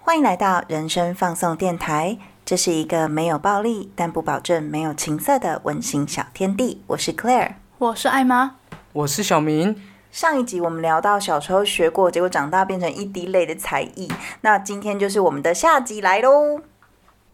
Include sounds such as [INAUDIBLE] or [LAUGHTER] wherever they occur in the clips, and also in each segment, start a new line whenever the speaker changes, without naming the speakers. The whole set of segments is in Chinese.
欢迎来到人生放送电台，这是一个没有暴力，但不保证没有情色的温馨小天地。我是 Claire。
我是艾妈，
我是小明，
上一集我们聊到小时候学过，结果长大变成一滴泪的才艺。那今天就是我们的下集来喽。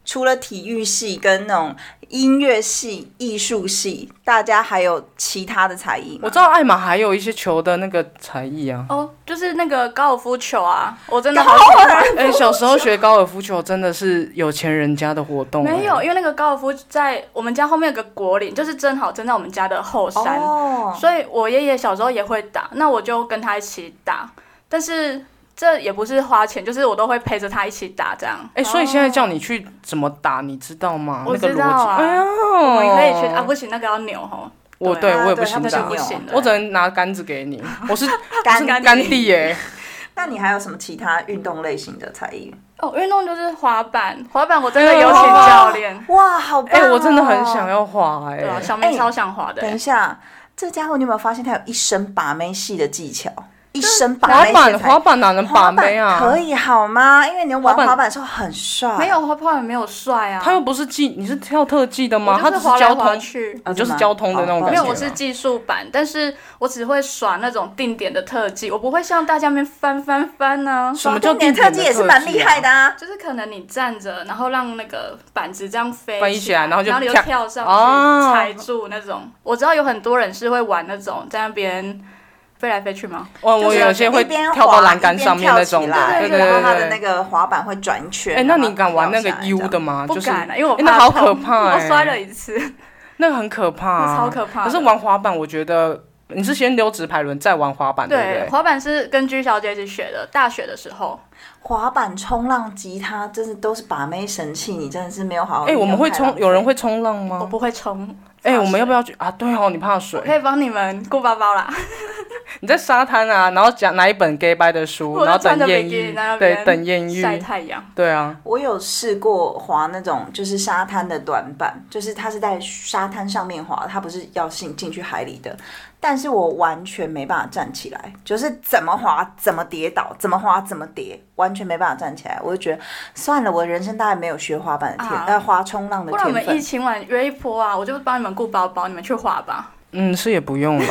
除了体育系跟那种音乐系、艺术系，大家还有其他的才艺吗
我知道艾玛还有一些球的那个才艺啊。
哦，就是那个高尔夫球啊，我真的好喜欢。
哎、小时候学高尔夫球真的是有钱人家的活动、欸
没有，，因为那个高尔夫在我们家后面有个果岭，就是正好正在我们家的后山，
哦，
所以我爷爷小时候也会打，那我就跟他一起打，但是这也不是花钱，就是我都会陪着他一起打这样。
哎、所以现在叫你去怎么打，你知道吗？
我
那个
知
逻
道
辑，
啊
哎呦，
我们可以去啊，不行，那个要扭吼，
我
对
对
啊
我也不
对他
行
们
打
是不行，的
我只能拿杆子给你。我是我
干
是
杆
杆弟耶、
那你还有什么其他运动类型的才艺？
哦，运动就是滑板，滑板我真的有请教练，
哇，好棒、哦
哎、我真的很想。要滑哎、
对啊，小妹
哎
超想滑的、
等一
欸。
下，这家伙你有没有发现他有一身把妹戏的技巧？一身把
滑
妹戏的
板
才
滑板哪能把妹啊？
可以好吗？因为你玩
滑板
滑板的时候很帅，
没有滑板没有帅啊，
他又不是技，你是跳特技的吗？
我
他
就
只
是滑来
交
滑
通，
去。
啊
你就
真
是
的吗
交通的那种
哦
感觉啊。
没有，我是技术版，但是我只会耍那种定点的特技，我不会像大家面翻翻翻呢、
什么叫
点
定点
特
的
技也是蛮厉害的啊。
就是可能你站着，然后让那个板子这样飞
飞起来然后就
然后你就
跳
跳上
哦
去踩住那种。我知道有很多人是会玩那种在那边飞来飞去吗？
我
就
我
是
有些会
一边
跳
滑
到栏杆上面那
一
种
边跳起来
对
然后
对
他的那
对。
个滑板会转圈。
哎，那你敢玩那个
然后跳
U
下来这
的
样？
吗？
不
就是
敢啊，因为我怕
哎那好可
痛
怕
我
哎
摔了一次，
那个很可怕，
那超可怕的
可是玩滑板，我觉得你是先溜直排轮，再玩滑板，对
对，
不对？
滑板是跟居小姐一起学的，大学的时候。
滑板、冲浪、吉他，真是都是把妹神器，你真的是没有好好。
哎，我们会冲，有人。会冲浪
我
吗？
不会冲，
哎，我们要不
要？
要去啊？对哦，你怕水
我，可以帮你们顾包包啦。
你在沙滩啊，然后讲拿一本 gay 拜的书，
我
然
就
后
穿着
等艳
比基尼
遇
在那，边
对，等艳遇，
晒太阳。
对啊，
我有试过滑那种就是沙滩的短板，就是它是在沙滩上面滑，它不是要进进去海里的。但是我完全没办法站起来，就是怎么滑怎么跌倒，怎么滑怎么跌，完全没办法站起来。我就觉得算了，我人生大概没有学滑板的天，
啊
呃、滑冲浪的
不然我
天
们疫
分。
情晚约一波啊，我就帮你们顾包包，你们去滑吧。
嗯，是也不
[LAUGHS]
用啦，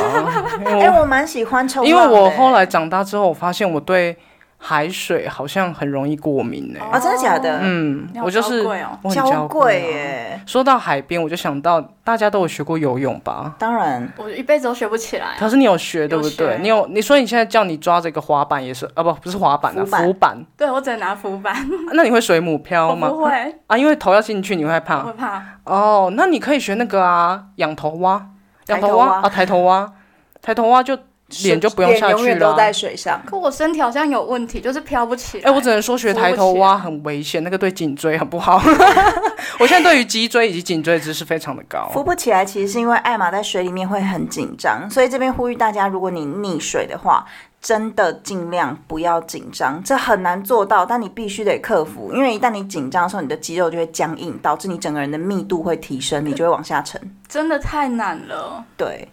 因为
哎、
我
我蛮喜欢冲浪欸
因
的、
为我后来长大之后，我发现我对海水好像很容易过敏欸呢、
啊、真的假的？
嗯
你，好
我就是
娇贵哦
我很
娇
娇
贵
啊
耶，
说到海边，我就想到大家都有学过游泳吧？
当然
我一辈子都学不起来啊、
可是你有学对不
有
对
学？
你有你说你现在叫你抓着一个滑板也是啊不不是滑板啊
浮板
浮
[LAUGHS]
板，
对我只能拿浮板，
那你会水母漂
我
吗？
不会，
啊，因为头要进去你会害
我
怕
会怕。
哦。那你可以学那个啊，仰头蛙，仰
抬头蛙
蛙啊，抬头蛙，抬头蛙就脸就不用
脸
下
永
去
远
了
都
啊。
在水上。
可我身体好像有问题，就是飘不起来。
哎、我只能说学抬头蛙很危险，那个对颈椎很不好。 [LAUGHS] 我现在对于脊椎以及颈椎的知识非常的高。
浮不起来，其实是因为艾玛在水里面会很紧张，所以这边呼吁大家，如果你溺水的话，真的尽量不要紧张，这很难做到，但你必须得克服，因为一旦你紧张的时候，你的肌肉就会僵硬，导致你整个人的密度会提升，你就会往下沉。
真的太难了。
对，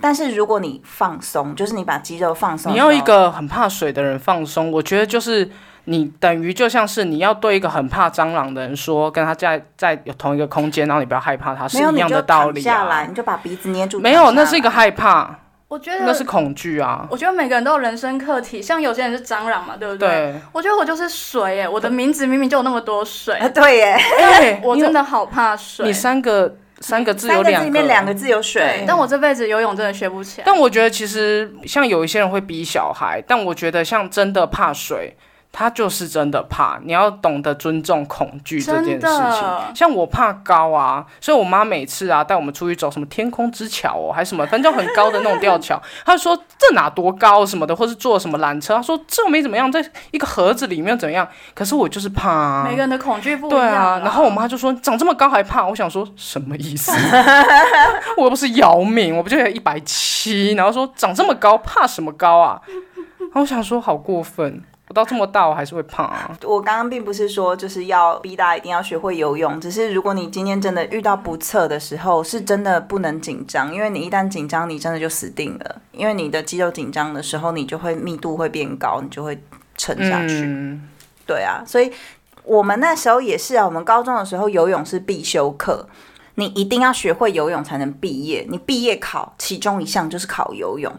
但是如果你放松，就是你把肌肉放松，
你要一。个很怕水的人放松，我觉得就是你等于就像是你要对一个很怕蟑螂的人说，跟他在在有同一个空间，然后你不要害怕他，是
没有
一
你
样
就
的道
躺
理
下来，
啊。
你就把鼻子捏住。
没有，
躺下
那是一个
来
害怕，
我觉
那是
得，
恐惧啊。
我觉得每个人都有人生课题，像有些人是蟑螂嘛，对不对？
对，哎
我觉得我就是水，哎，我的名字明明就有那么多水，
啊， [LAUGHS] 对耶，
哎
我真的好怕水。
你三个三个字
[LAUGHS] 三
有
个字里
两
面两个字有
对
水，，
但我这辈子游泳真的学不起来。
但我觉得其实像有一些人会逼小孩，但我觉得像真的怕水，他就是真的怕。你要懂得尊重恐惧这件
真
事情。
的，
像我怕高啊，所以我妈每次啊带我们出去走什么天空之桥哦，还是什么，反正就很高的那种吊桥， [LAUGHS] 她就说这哪多高什么的，或是坐什么缆车，她说这没怎么样，在一个盒子里面怎么样，可是我就是怕、啊。
每个人的恐惧不一
对
样
啊
啦。，
然后我妈就说长这么高还怕，我想说什么
[LAUGHS]
意思？我又不是姚明，我不就一百七，然后说长这么高怕什么高啊？然后我想说好过分，我到这么大我还是会胖啊。
我刚刚并不是说就是要逼大家一定要学会游泳，只是如果你今天真的遇到不测的时候，是真的不能紧张，因为你一旦紧张，你真的就死定了。因为你的肌肉紧张的时候，你就会密度会变高，你就会沉下去。
嗯，
对啊，所以我们那时候也是啊，我们高中的时候游泳是必修课，你一定要学会游泳才能毕业。你毕业考其中一项就是考游泳。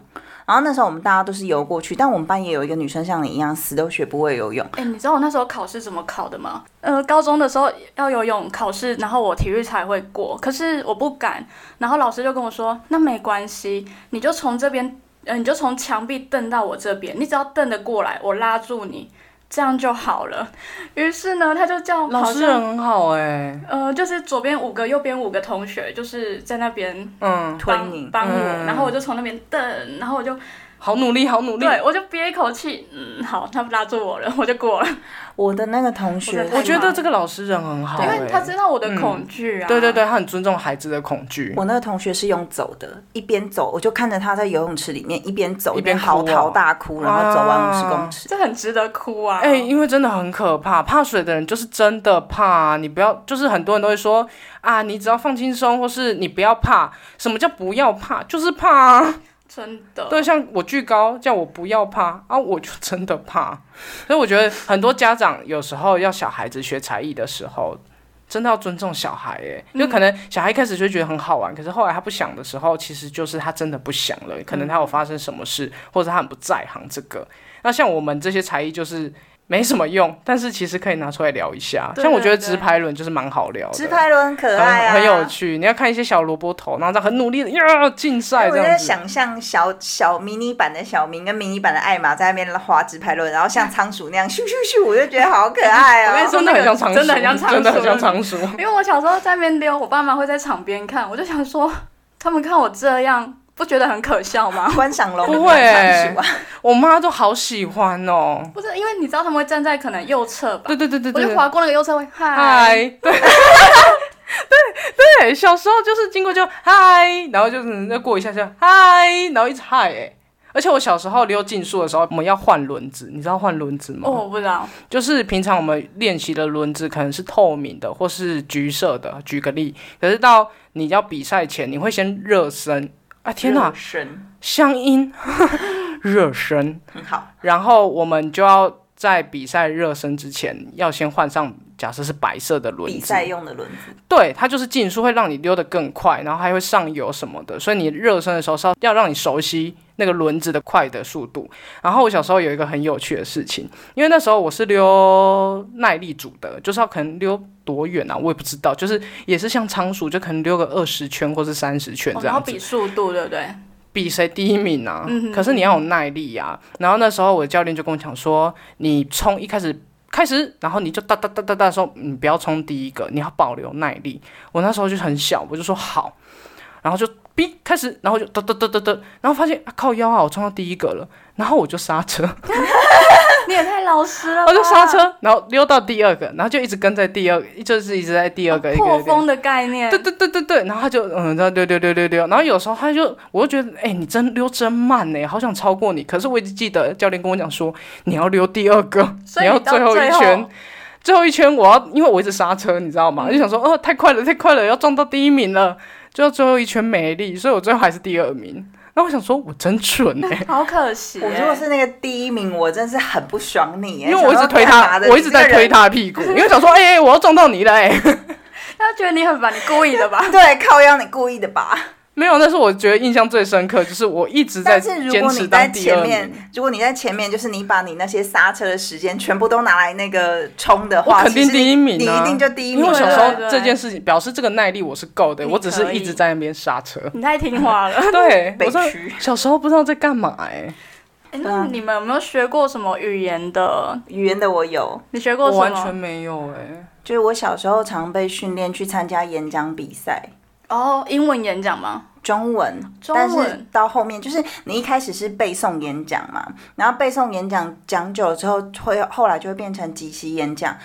然后那时候我们大家都是游过去，但我们班也有一个女生像你一样，死都学不会游泳。
哎、你知道我那时候考试怎么考的吗？呃，高中的时候要游泳考试，然后我体育才会过，可是我不敢。然后老师就跟我说：“那没关系，你就从这边，呃，你就从墙壁蹬到我这边，你只要蹬得过来，我拉住你，这样就好了。”于是呢，他就叫
老
好
师
像
人很好哎、
呃，就是左边五个，右边五个同学，就是在那边
嗯，
推
帮
你，
帮我，
嗯
然后我就从那边蹬，然后我就
好努力，好努力。
对我就憋一口气，嗯，好，他拉住我了，我就过了。
我的那个同学，
我
我觉得这个老师人很好、
因
欸，
为他知道我的恐惧啊、
嗯对对对，他很尊重孩子的恐惧。
我那个同学是用走的，一边走，我就看着他在游泳池里面一边走
一边哭
嚎
哦
啕大哭，然后走完五十公尺。
这很值得哭啊！
哎、因为真的很可怕，怕水的人就是真的怕、你不要，就是很多人都会说啊，你只要放轻松，或是你不要怕。什么叫不要怕？就是怕啊。
真的，
对，像我巨高，叫我不要怕啊，我就真的怕。所以我觉得很多家长有时候要小孩子学才艺的时候。真的要尊重小孩哎、因为可
嗯
能小孩一开始就觉得很好玩，可是后来他不想的时候，其实就是他真的不想了，可能
嗯
他有发生什么事，或者他很不在行这个。那像我们这些才艺就是没什么用，但是其实可以拿出来聊一下。
对
像我觉得
对对
直排轮就是蛮好聊的，
直拍轮很可
很
爱啊，
很有趣。你要看一些小萝卜头，然后这样很努力的呀竞赛
我
这
在
样子。
想象小小迷你版的小明跟迷你版的艾玛在那边滑直排轮，然后像仓鼠那样咻咻咻，我就觉得好可爱
我跟你
哦。？
说
哎真的很像仓鼠，
真的很像仓鼠
真的很像仓鼠。
因为我小时候在那边溜，我爸妈会在场边看，我就想说，他们看我这样，不觉得很可笑吗 [LAUGHS]
观赏龙
不
跟
会
仓
欸
鼠啊，
我妈都好喜欢哦。
不是，因为你知道他们会站在可能右侧吧，
对对对对
我就
对。
划过那个右侧位，嗨，
嗨，对 [LAUGHS] 对对，小时候就是经过就嗨，然后就是再过一下下嗨，然后一直嗨哎、而且我小时候溜竞速的时候，我们要换轮子，你知道换轮子吗？
哦，我不知道，
就是平常我们练习的轮子可能是透明的或是橘色的，举个例。可是到你要比赛前，你会先热身啊！天哪，
神
乡音 [LAUGHS] 热身，
很好，
然后我们就要在比赛热身之前，要先换上假设是白色的轮
比
子。
赛用的轮子。
对，它就是竞速会让你溜得更快，然后还会上油什么的，所以你热身的时候是要要让你熟悉那个轮子的快的速度。然后我小时候有一个很有趣的事情，因为那时候我是溜耐力组的，就是要可能溜多远啊，我也不知道，就是也是像仓鼠，就可能溜个二十圈或是三十圈
哦
这
然后
样子。
比速度，对不对？ [LAUGHS]
比谁第一名啊？可是你要有耐力啊。然后那时候我的教练就跟我讲说，你冲一开始开始，然后你就哒哒哒哒哒说，你不要冲第一个，你要保留耐力。我那时候就很小，我就说好，然后就哔开始，然后就哒哒哒哒哒，然后发现、啊、靠腰啊，我冲到第一个了，然后我就刹车，
你也太老实了吧，
我就刹车，然后溜到第二个，然后就一直跟在第二，就是一直在第二个，一个一
啊破
个
风的概念，
对对对对对，然后他就嗯，然后溜溜溜溜溜，然后有时候他就，我就觉得，哎、你真溜真慢呢、好想超过你。可是我一直记得教练跟我讲说，你要溜第二个，
所以
要
你到
最后一
最后
圈，最后一圈我要，因为我一直刹车，你知道吗？我就想说，哦，太快了，太快了，要撞到第一名了，就最后一圈没力，所以我最后还是第二名。然后我想说，我真蠢哎、
好可惜、欸
我如果是那个第一名，我真是很不爽 [LAUGHS] 你耶，欸
因为我一直推
想说干嘛
他，
的
我一直在推。他的屁股，因为想说，哎、哎我要撞到你了哎、 [LAUGHS]
他觉得你很烦，你故意的吧 [LAUGHS]
你？这个人对，靠腰你故意的吧？
没有，但是我觉得印象最深刻就是我一直在
但是如
坚
果
持
你在
当第二
前
名。
面，如果你在前面，就是你把你那些刹车的时间全部都拿来那个冲的话，
我肯定
其实
第一名啊
你一定就第一
因
名
为
了。
我小时候
对对对
这件事情表示这个耐力我是够的，
你
我只是
可以
一直在那边刹车。
[LAUGHS]
你太听话
[LAUGHS]
了。
对，
北
我真的
区
小时候不知道在干嘛哎、
哎那你们有没有学过什么语言的？
语言的我有，
你学过
我
什
完全
么？
没有哎、
就是我小时候常被训练去参加演讲比赛，
哦，英文演讲吗？
中文，
中
但是
文
到后面就是你一开始是背诵演讲嘛，然后背诵演讲讲久了之后，会后来就会变成即席演讲。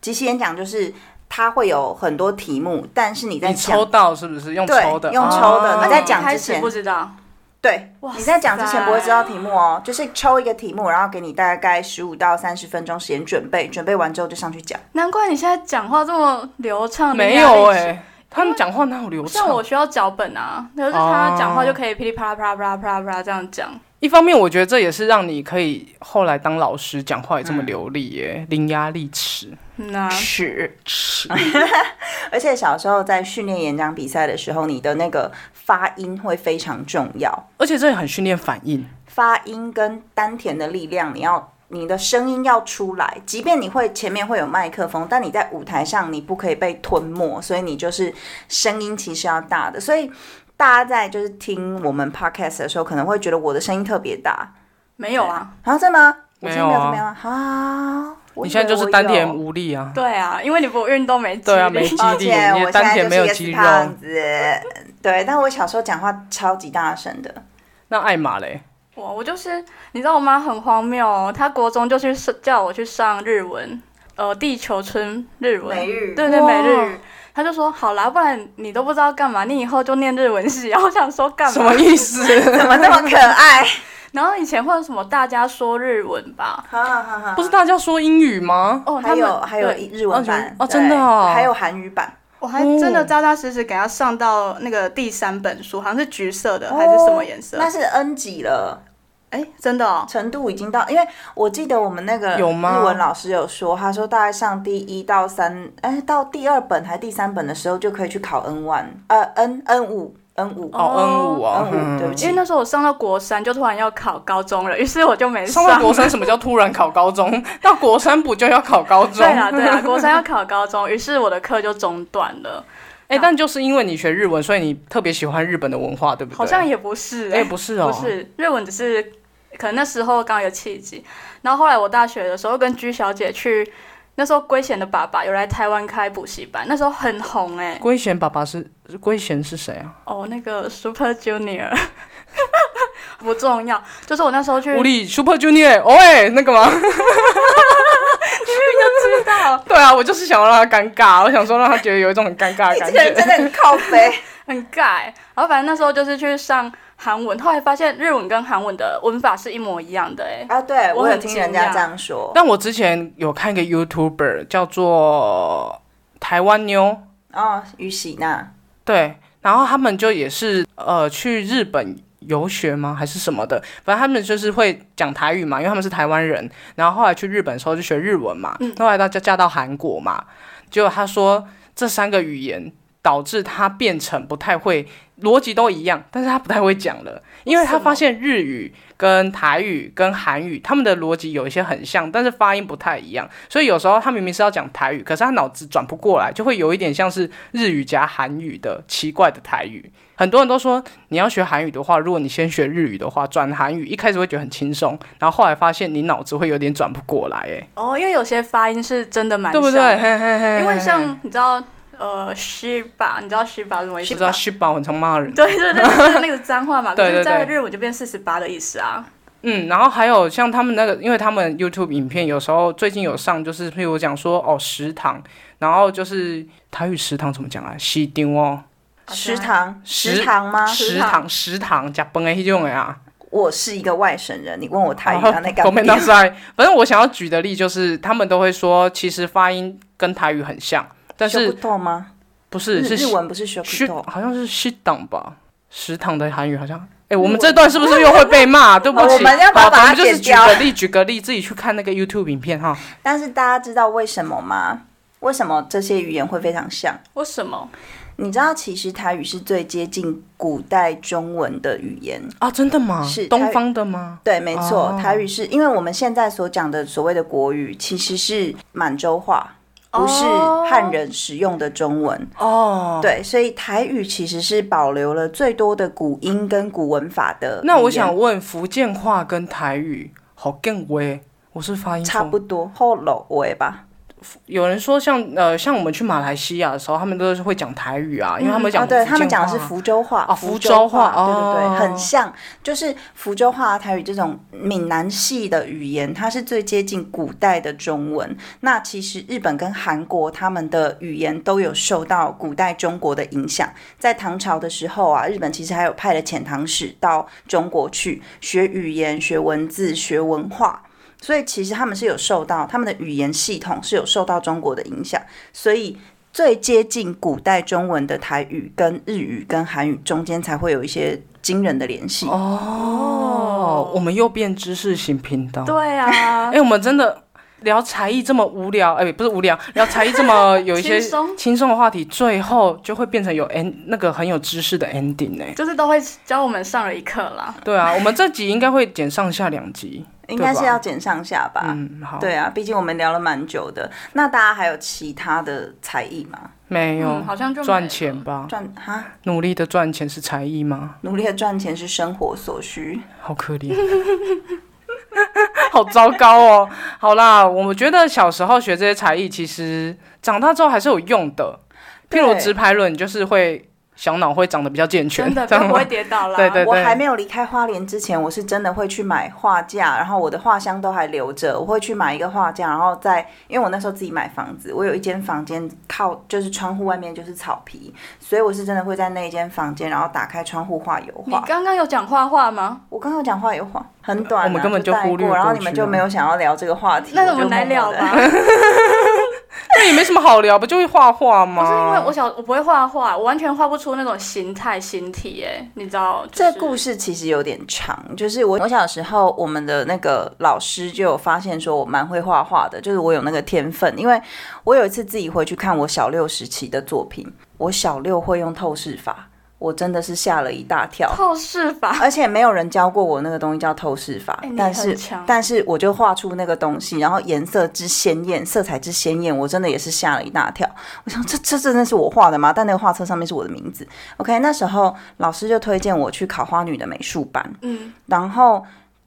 即席演讲就是它会有很多题目，但是你在
你
讲
抽到是不是用
对
抽的？
用抽的
哦
你
那
在
你
讲之
开始
前
不知道，
对，
哇
你在讲之前不会知道题目哦，就是抽一个题目，然后给你大概十五到三十分钟时间准备，准备完之后就上去讲。
难怪你现在讲话这么流畅，
没
伶
有
牙俐
哎、
齿
他们讲话哪有流
像
畅
我？需要脚本啊，可是他讲话就可以噼里啪啦啪啦啪啦啪啦啪啦这样讲。
一方面，我觉得这也是让你可以后来当老师，讲话也这么流利耶、
嗯
伶牙俐齿。
嗯啊，
是，
齿
[LAUGHS] 而且小时候在训练演讲比赛的时候，你的那个发音会非常重要，
而且这也很训练反应。
发音跟丹田的力量，你要你的声音要出来，即便你会前面会有麦克风，但你在舞台上你不可以被吞没，所以你就是声音其实要大的。所以大家在就是听我们 podcast 的时候，可能会觉得我的声音特别大，
没有啊，
啊，真的吗？我
没
今
有
天
啊
没有怎么样啊？好，我
你
以
现在
为
就是
我
丹
有
田无力啊。
对啊，因为你不运动没肌
对啊
力
没肌
抱
[LAUGHS]
力
歉，
你的
我现
丹
在
田
就是
没有
一个
肌
死
肉
胖子。对，但我小时候讲话超级大声的，
那艾玛嘞？
我我就是，你知道我妈很荒谬哦，她国中就去上叫我去上日文，呃，地球村日文，
美日语
对对
哇
美日语。她就说好啦，不然你都不知道干嘛，你以后就念日文系。然 [LAUGHS] 后我想说干
什
嘛
么？
[LAUGHS]
意思？
怎么这么可爱？ [LAUGHS]
然后以前会有什么大家说日文吧？
好好好好
不是大家说英语吗？
哦，他
还
们
有还有
对
日文版
哦
对
真的哦
还有韩语版，
我还真的扎扎实实给他上到那个第三本书，好像是橘色
哦
的还是什么颜色？
那是 N 级了，
哎，真的哦，
程度已经到，因为我记得我们那个
有吗
日文老师有说，他说大概上第一到三，哎，到第二本还第三本的时候就可以去考 N one，呃，N N 五 N 五
哦，N 五哦，
N
嗯
五，对不
因为
起，
那时候我上到国三，就突然要考高中了，于是我就没
上到国三，什么叫突然考
[LAUGHS]
高中？到国三不就要考高中？
对啦啊对啦，国三要考高中，于是我的课就中断了。
[LAUGHS] 哎、但就是因为你学日文，所以你特别喜欢日本的文化，对不对？
好像也不是、
哎、
哎、
不是哦，
不是日文，只是可能那时候刚好有契机。然后后来我大学的时候跟居小姐去，那时候龟贤的爸爸有来台湾开补习班，那时候很红哎、
龟贤爸爸是龟贤是谁啊？
哦，那个 Super Junior [LAUGHS] 不重要，就是我那时候去
无力 Super Junior，哦哎、那
[LAUGHS]
个吗？
知道，
[LAUGHS] 对啊，我就是想要让他尴尬，我想说让他觉得有一种很尴尬的
你
感
哎这个人
觉。
真的很靠
[LAUGHS]
背，
很尬、欸。然后反正那时候就是去上韩文，后来发现日文跟韩文的文法是一模一样的哎、
啊，对
我
我有
很
听
惊
人家
讶
这样说，
但我之前有看一个 YouTuber 叫做台湾妞，
哦，于喜娜。
对，然后他们就也是呃去日本游学吗？还是什么的？反正他们就是会讲台语嘛，因为他们是台湾人。然后后来去日本的时候就学日文嘛，后来到嫁嫁到韩国嘛，结果他说这三个语言导致他变成不太会，逻辑都一样，但是他不太会讲了，因为他发现日语跟台语跟韩语他们的逻辑有一些很像，但是发音不太一样，所以有时候他明明是要讲台语，可是他脑子转不过来，就会有一点像是日语加韩语的奇怪的台语。很多人都说，你要学韩语的话，如果你先学日语的话，转韩语一开始会觉得很轻松，然后后来发现你脑子会有点转不过来，哎，
哦，因为有些发音是真的蛮
对 [LAUGHS] 不
像的
对？嘿嘿嘿
因为像你知道呃 Shiba，你知道 Shiba 是什么意
不
思
知道
吗？
是吧，我很常骂
[LAUGHS]
人。
对对对，就是那个脏话嘛，可
对对
是在
对
日文就变四十八的意思啊。
嗯，然后还有像他们那个，因为他们 YouTube 影片有时候最近有上，就是譬如讲说哦食堂，然后就是台语食堂怎么讲啊？西丁哦，
食堂，
食
食堂吗？
食堂食堂加崩哎那种的啊。
我是一个外省人，你问我台语
哦然后
他在干
我没
嘛
当？赛，反正我想要举的例就是，他们都会说，其实发音跟台语很像，但
学 [LAUGHS]
是
不透吗？
不是
日
是
日文不是学
食
不透，
好像是食堂吧，食堂的韩语好像。哎、我们这段是不是又会
[LAUGHS]
被骂？对不起，
我们要把它
好反正就是
剪
举
掉
个例，举个例，自己去看那个 YouTube 影片哈。
但是大家知道为什么吗？为什么这些语言会非常像？
为什么？
你知道，其实台语是最接近古代中文的语言。
啊，真的吗？
是台
东
语
方的吗？
对，没错，
哦
台语是因为我们现在所讲的所谓的国语，其实是满洲话，不是汉人使用的中文。
哦，
对，所以台语其实是保留了最多的古音跟古文法的语言。
那我想问，福建话跟台语好更微，我是发音
差
错
不多后楼尾吧。
有人说像呃像我们去马来西亚的时候，他们都是会讲台语啊，因为他们讲、
哦、对他们讲的是福州话
哦
福
福州
话，
话哦
对对对，很像，就是福州话、台语这种闽南系的语言，它是最接近古代的中文。那其实日本跟韩国他们的语言都有受到古代中国的影响。在唐朝的时候啊，日本其实还有派了遣唐使到中国去学语言、学文字、学文化。所以其实他们是有受到他们的语言系统是有受到中国的影响，所以最接近古代中文的台语跟日语跟韩语中间才会有一些惊人的联系。
哦，我们又变知识型频道。
对啊
哎、，我们真的聊才艺这么无聊，哎、不是无聊，聊才艺这
[LAUGHS]
么有一些
轻松
轻松的话题，最后就会变成有 end 那个很有知识的 ending 哎、
就是都会教我们上了一课啦。
对啊，我们这集应该会剪上下
[LAUGHS]
两集。
应该是
对吧
要减上下吧？
嗯，好，
对啊，毕竟我们聊了蛮久的。那大家还有其他的才艺吗？
没有、
嗯，好像就
赚
没
钱吧，
赚哈，
努力的赚钱是才艺吗？
努力的赚钱是生活所需。
好可怜。 [LAUGHS] 好糟糕哦！好啦，我觉得小时候学这些才艺，其实长大之后还是有用的。譬如
对
直排轮，你就是会小脑会长得比较健全，
真的
[LAUGHS] 这
就
样
不
吗
会跌倒啦。
对对
我还没有离开花莲之前，我是真的会去买画架，然后我的画箱都还留着。我会去买一个画架，然后再因为我那时候自己买房子，我有一间房间靠就是窗户外面就是草皮，所以我是真的会在那一间房间，然后打开窗户画油
你
画。
刚刚有讲画画吗？
我刚刚讲画油画很短、啊，
我们根本
就
就忽略
带过然后
过
你们
去
就
了
没有想要聊这个话题。
那
就
我们来
默
聊
默地
吧。。
那也没什么好聊，不就是画画
[LAUGHS] 不
吗？
是因为我小，我不会画画，我完全画不出那种形态形体，哎，你知道？就
这
是
故事其实有点长，就是我我小时候，我们的那个老师就有发现说我蛮会画画的，就是我有那个天分。因为我有一次自己回去看我小六时期的作品，我小六会用透视法，我真的是吓了一大跳，
透视法，
而且没有人教过我那个东西叫透视法，
哎你
但
很
是
强
但是我就画出那个东西，然后颜色之鲜艳，色彩之鲜艳，我真的也是吓了一大跳。我想这这真的是我画的吗？但那个画册上面是我的名字。OK，那时候老师就推荐我去考花女的美术班，
嗯，
然后。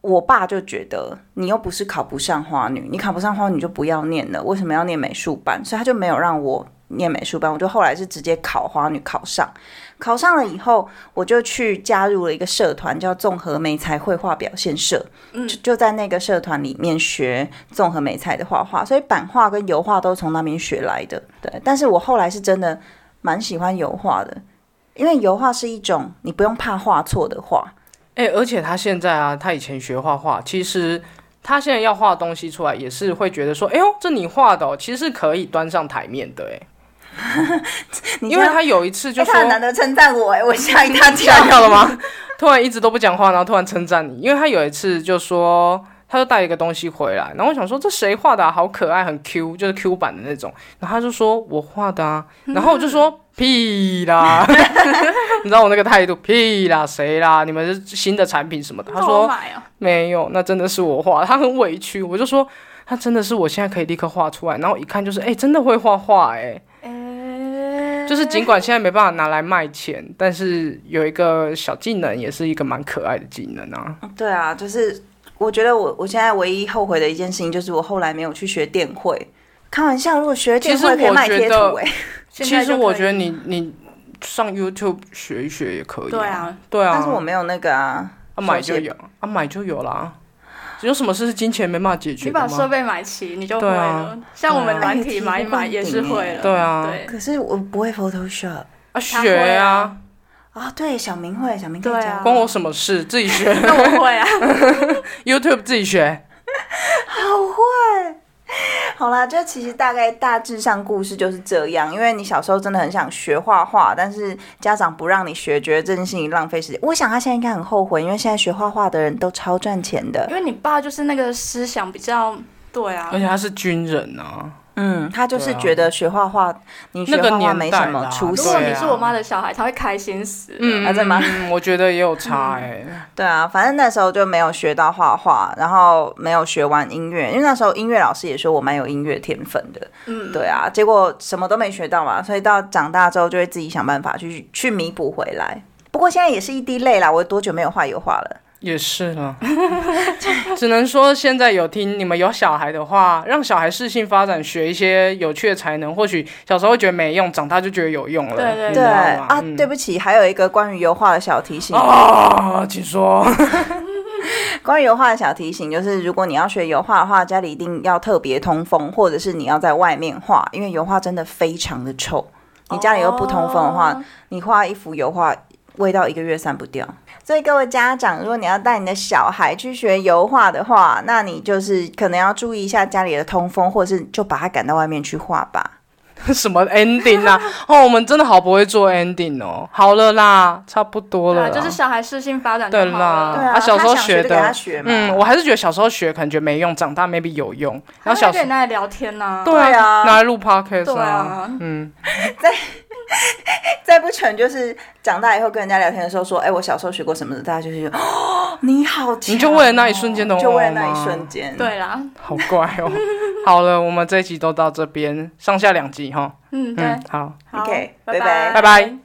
我爸就觉得你又不是考不上花女，你考不上花女就不要念了，为什么要念美术班？所以他就没有让我念美术班，我就后来是直接考花女考上。考上了以后，我就去加入了一个社团，叫综合美才绘画表现社。
嗯
就就在那个社团里面学综合美才的画画，所以版画跟油画都从那边学来的。对，但是我后来是真的蛮喜欢油画的，因为油画是一种你不用怕画错的画。
哎、而且他现在啊，他以前学画画，其实他现在要画东西出来，也是会觉得说，哎呦，这你画的、哦，其实是可以端上台面的，哎，
你
因为
知道
他有一次就
哎
说，
他很难得称赞我、哎，我吓一大跳。
[LAUGHS] 吓一跳了吗？突然一直都不讲话，然后突然称赞你，因为他有一次就说，他就带一个东西回来，然后我想说这谁画的、啊，好可爱，很 Q，就是 Q 版的那种，然后他就说我画的啊，然后我就说。屁 [LAUGHS] 啦！你知道我那个态度，屁啦，谁啦？你们是新的产品什么的？他
那我
说
买哦，
没有，那真的是我画，他很委屈，我就说他真的是我现在可以立刻画出来，然后一看就是，哎、真的会画画、哎。
哎，
就是尽管现在没办法拿来卖钱，但是有一个小技能，也是一个蛮可爱的技能啊。
对啊，就是我觉得我我现在唯一后悔的一件事情，就是我后来没有去学电绘。开玩笑，如果学电
其
绘
实
可以卖
我觉
贴图
得
哎、
现
其
在
实
就可以
我觉得你你上 YouTube 学一学也可以、
对，啊，
对啊，
但是我没有那个啊。
啊买就有啊买就有啦。有什么事是金钱没办法解决
你
的
把设
吗？啊
备买齐，你就会
对啊
了。像我们软体买一买
哎
也是会了。
对啊
对
可是我不会 Photoshop
啊
他会
学
啊
啊，
啊，对，小明会，小明可以
对
教
啊
关我什么事？自己学 [LAUGHS]
那我会啊，
YouTube 自己学。
好啦，就其实大概大致上故事就是这样，因为你小时候真的很想学画画，但是家长不让你学，觉得这件事情浪费时间。我想他现在应该很后悔，因为现在学画画的人都超赚钱的
因。为你爸就是那个思想比较对啊
而，且他是军人啊，
嗯，他就是
对啊
觉得学画画，你学
那
画
个
画
年
没什
代
么
啦
出
如
息
果
对。
你
啊
是我妈的小孩，她会开心死。
嗯，
啊真的吗
嗯我觉得也有差
嗯
哎、
对啊，反正那时候就没有学到画画，然后没有学完音乐，因为那时候音乐老师也说我蛮有音乐天分的。
嗯，
对啊，结果什么都没学到嘛，所以到长大之后就会自己想办法去去弥补回来。不过现在也是一滴泪啦，我多久没有画油画了？
也是啦， [LAUGHS] 只能说现在有听你们有小孩的话，让小孩适性发展，学一些有趣的才能，或许小时候会觉得没用，长大就觉得有用了。
对对
你知
对
道吗嗯
啊，哦对不起，还有一个关于油画的小提醒。
啊，请说。 [LAUGHS]
关于油画的小提醒就是，如果你要学油画的话，家里一定要特别通风，或者是你要在外面画，因为油画真的非常的臭。你家里又不通风的话，
哦
你画一幅油画，味道一个月散不掉。所以各位家长，如果你要带你的小孩去学油画的话，那你就是可能要注意一下家里的通风，或者是就把他赶到外面去画吧。
什么 ending 啊？哦，我们真的好不会做 ending 哦。好了啦，差不多
对
了
啊，
啦。
就是小孩适性发展就
对
好
啦
了。
对啊，
哦他小时候
想
学
学就给
的
他学嘛。
嗯，我还是觉得小时候学可能觉得没用，长大 maybe 有用。然后小
还可
时
以
候
拿来聊天呐、
对
对啊
拿来录 podcast
对啊
嗯，
哎再不成就是长大以后跟人家聊天的时候说，哎、我小时候学过什么的，大家就是觉得哦，你好强哦、
你就为了那一瞬间的
就为了
忘
那一
吗
瞬间，，
对啦，
好怪哦。好了，我们这一集都到这边，上下两集哈。
嗯对，
嗯，好。
好
OK，拜
拜
拜
拜拜